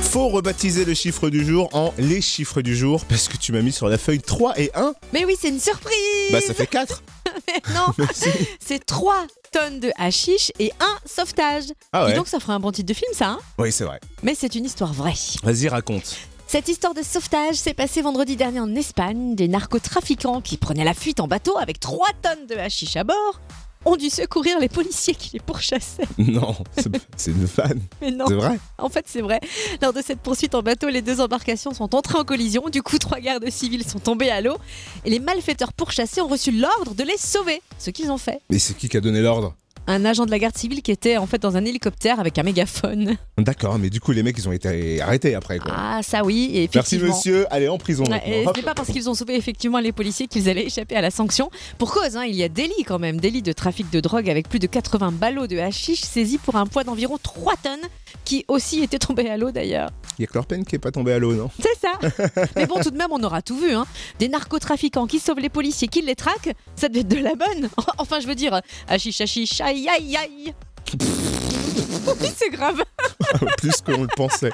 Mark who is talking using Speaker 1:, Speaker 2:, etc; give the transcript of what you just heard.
Speaker 1: faut rebaptiser le chiffre du jour en les chiffres du jour parce que tu m'as mis sur la feuille 3 et 1.
Speaker 2: Mais oui, c'est une surprise
Speaker 1: Bah ça fait 4.
Speaker 2: Non, c'est 3 tonnes de hashish et un sauvetage.
Speaker 1: Ah
Speaker 2: Dis
Speaker 1: ouais.
Speaker 2: donc, ça ferait un bon titre de film, ça. hein
Speaker 1: Oui, c'est vrai.
Speaker 2: Mais c'est une histoire vraie.
Speaker 1: Vas-y, raconte.
Speaker 2: Cette histoire de sauvetage s'est passée vendredi dernier en Espagne. Des narcotrafiquants qui prenaient la fuite en bateau avec 3 tonnes de hashish à bord ont dû secourir les policiers qui les pourchassaient.
Speaker 1: Non, c'est- c'est une fan.
Speaker 2: Mais non.
Speaker 1: C'est vrai
Speaker 2: En fait, c'est vrai. Lors de cette poursuite en bateau, les deux embarcations sont entrées en collision. Du coup, trois gardes civils sont tombés à l'eau. Et les malfaiteurs pourchassés ont reçu l'ordre de les sauver. Ce qu'ils ont fait.
Speaker 1: Mais c'est qui qui a donné l'ordre
Speaker 2: Un agent de la garde civile qui était en fait dans un hélicoptère avec un mégaphone.
Speaker 1: D'accord, mais du coup, les mecs, ils ont été arrêtés après, quoi.
Speaker 2: Ah, ça oui, et
Speaker 1: Merci,
Speaker 2: effectivement.
Speaker 1: monsieur. Allez, en prison.
Speaker 2: Ouais, et
Speaker 1: maintenant.
Speaker 2: ce n'est pas parce qu'ils ont sauvé effectivement les policiers qu'ils allaient échapper à la sanction. Pour cause, hein, il y a délit quand même, délit de trafic de drogue avec plus de 80 ballots de hashish saisis pour un poids d'environ 3 tonnes, qui aussi était tombé à l'eau d'ailleurs.
Speaker 1: Il y a que leur peine qui est pas tombée à l'eau, non
Speaker 2: C'est ça. Mais bon, tout de même, on aura tout vu. Hein. Des narcotrafiquants qui sauvent les policiers, qui les traquent, ça devait être de la bonne. Enfin, je veux dire, hachiche, hachiche, aïe, aïe, aïe. Oui, c'est grave.
Speaker 1: Plus qu'on le pensait.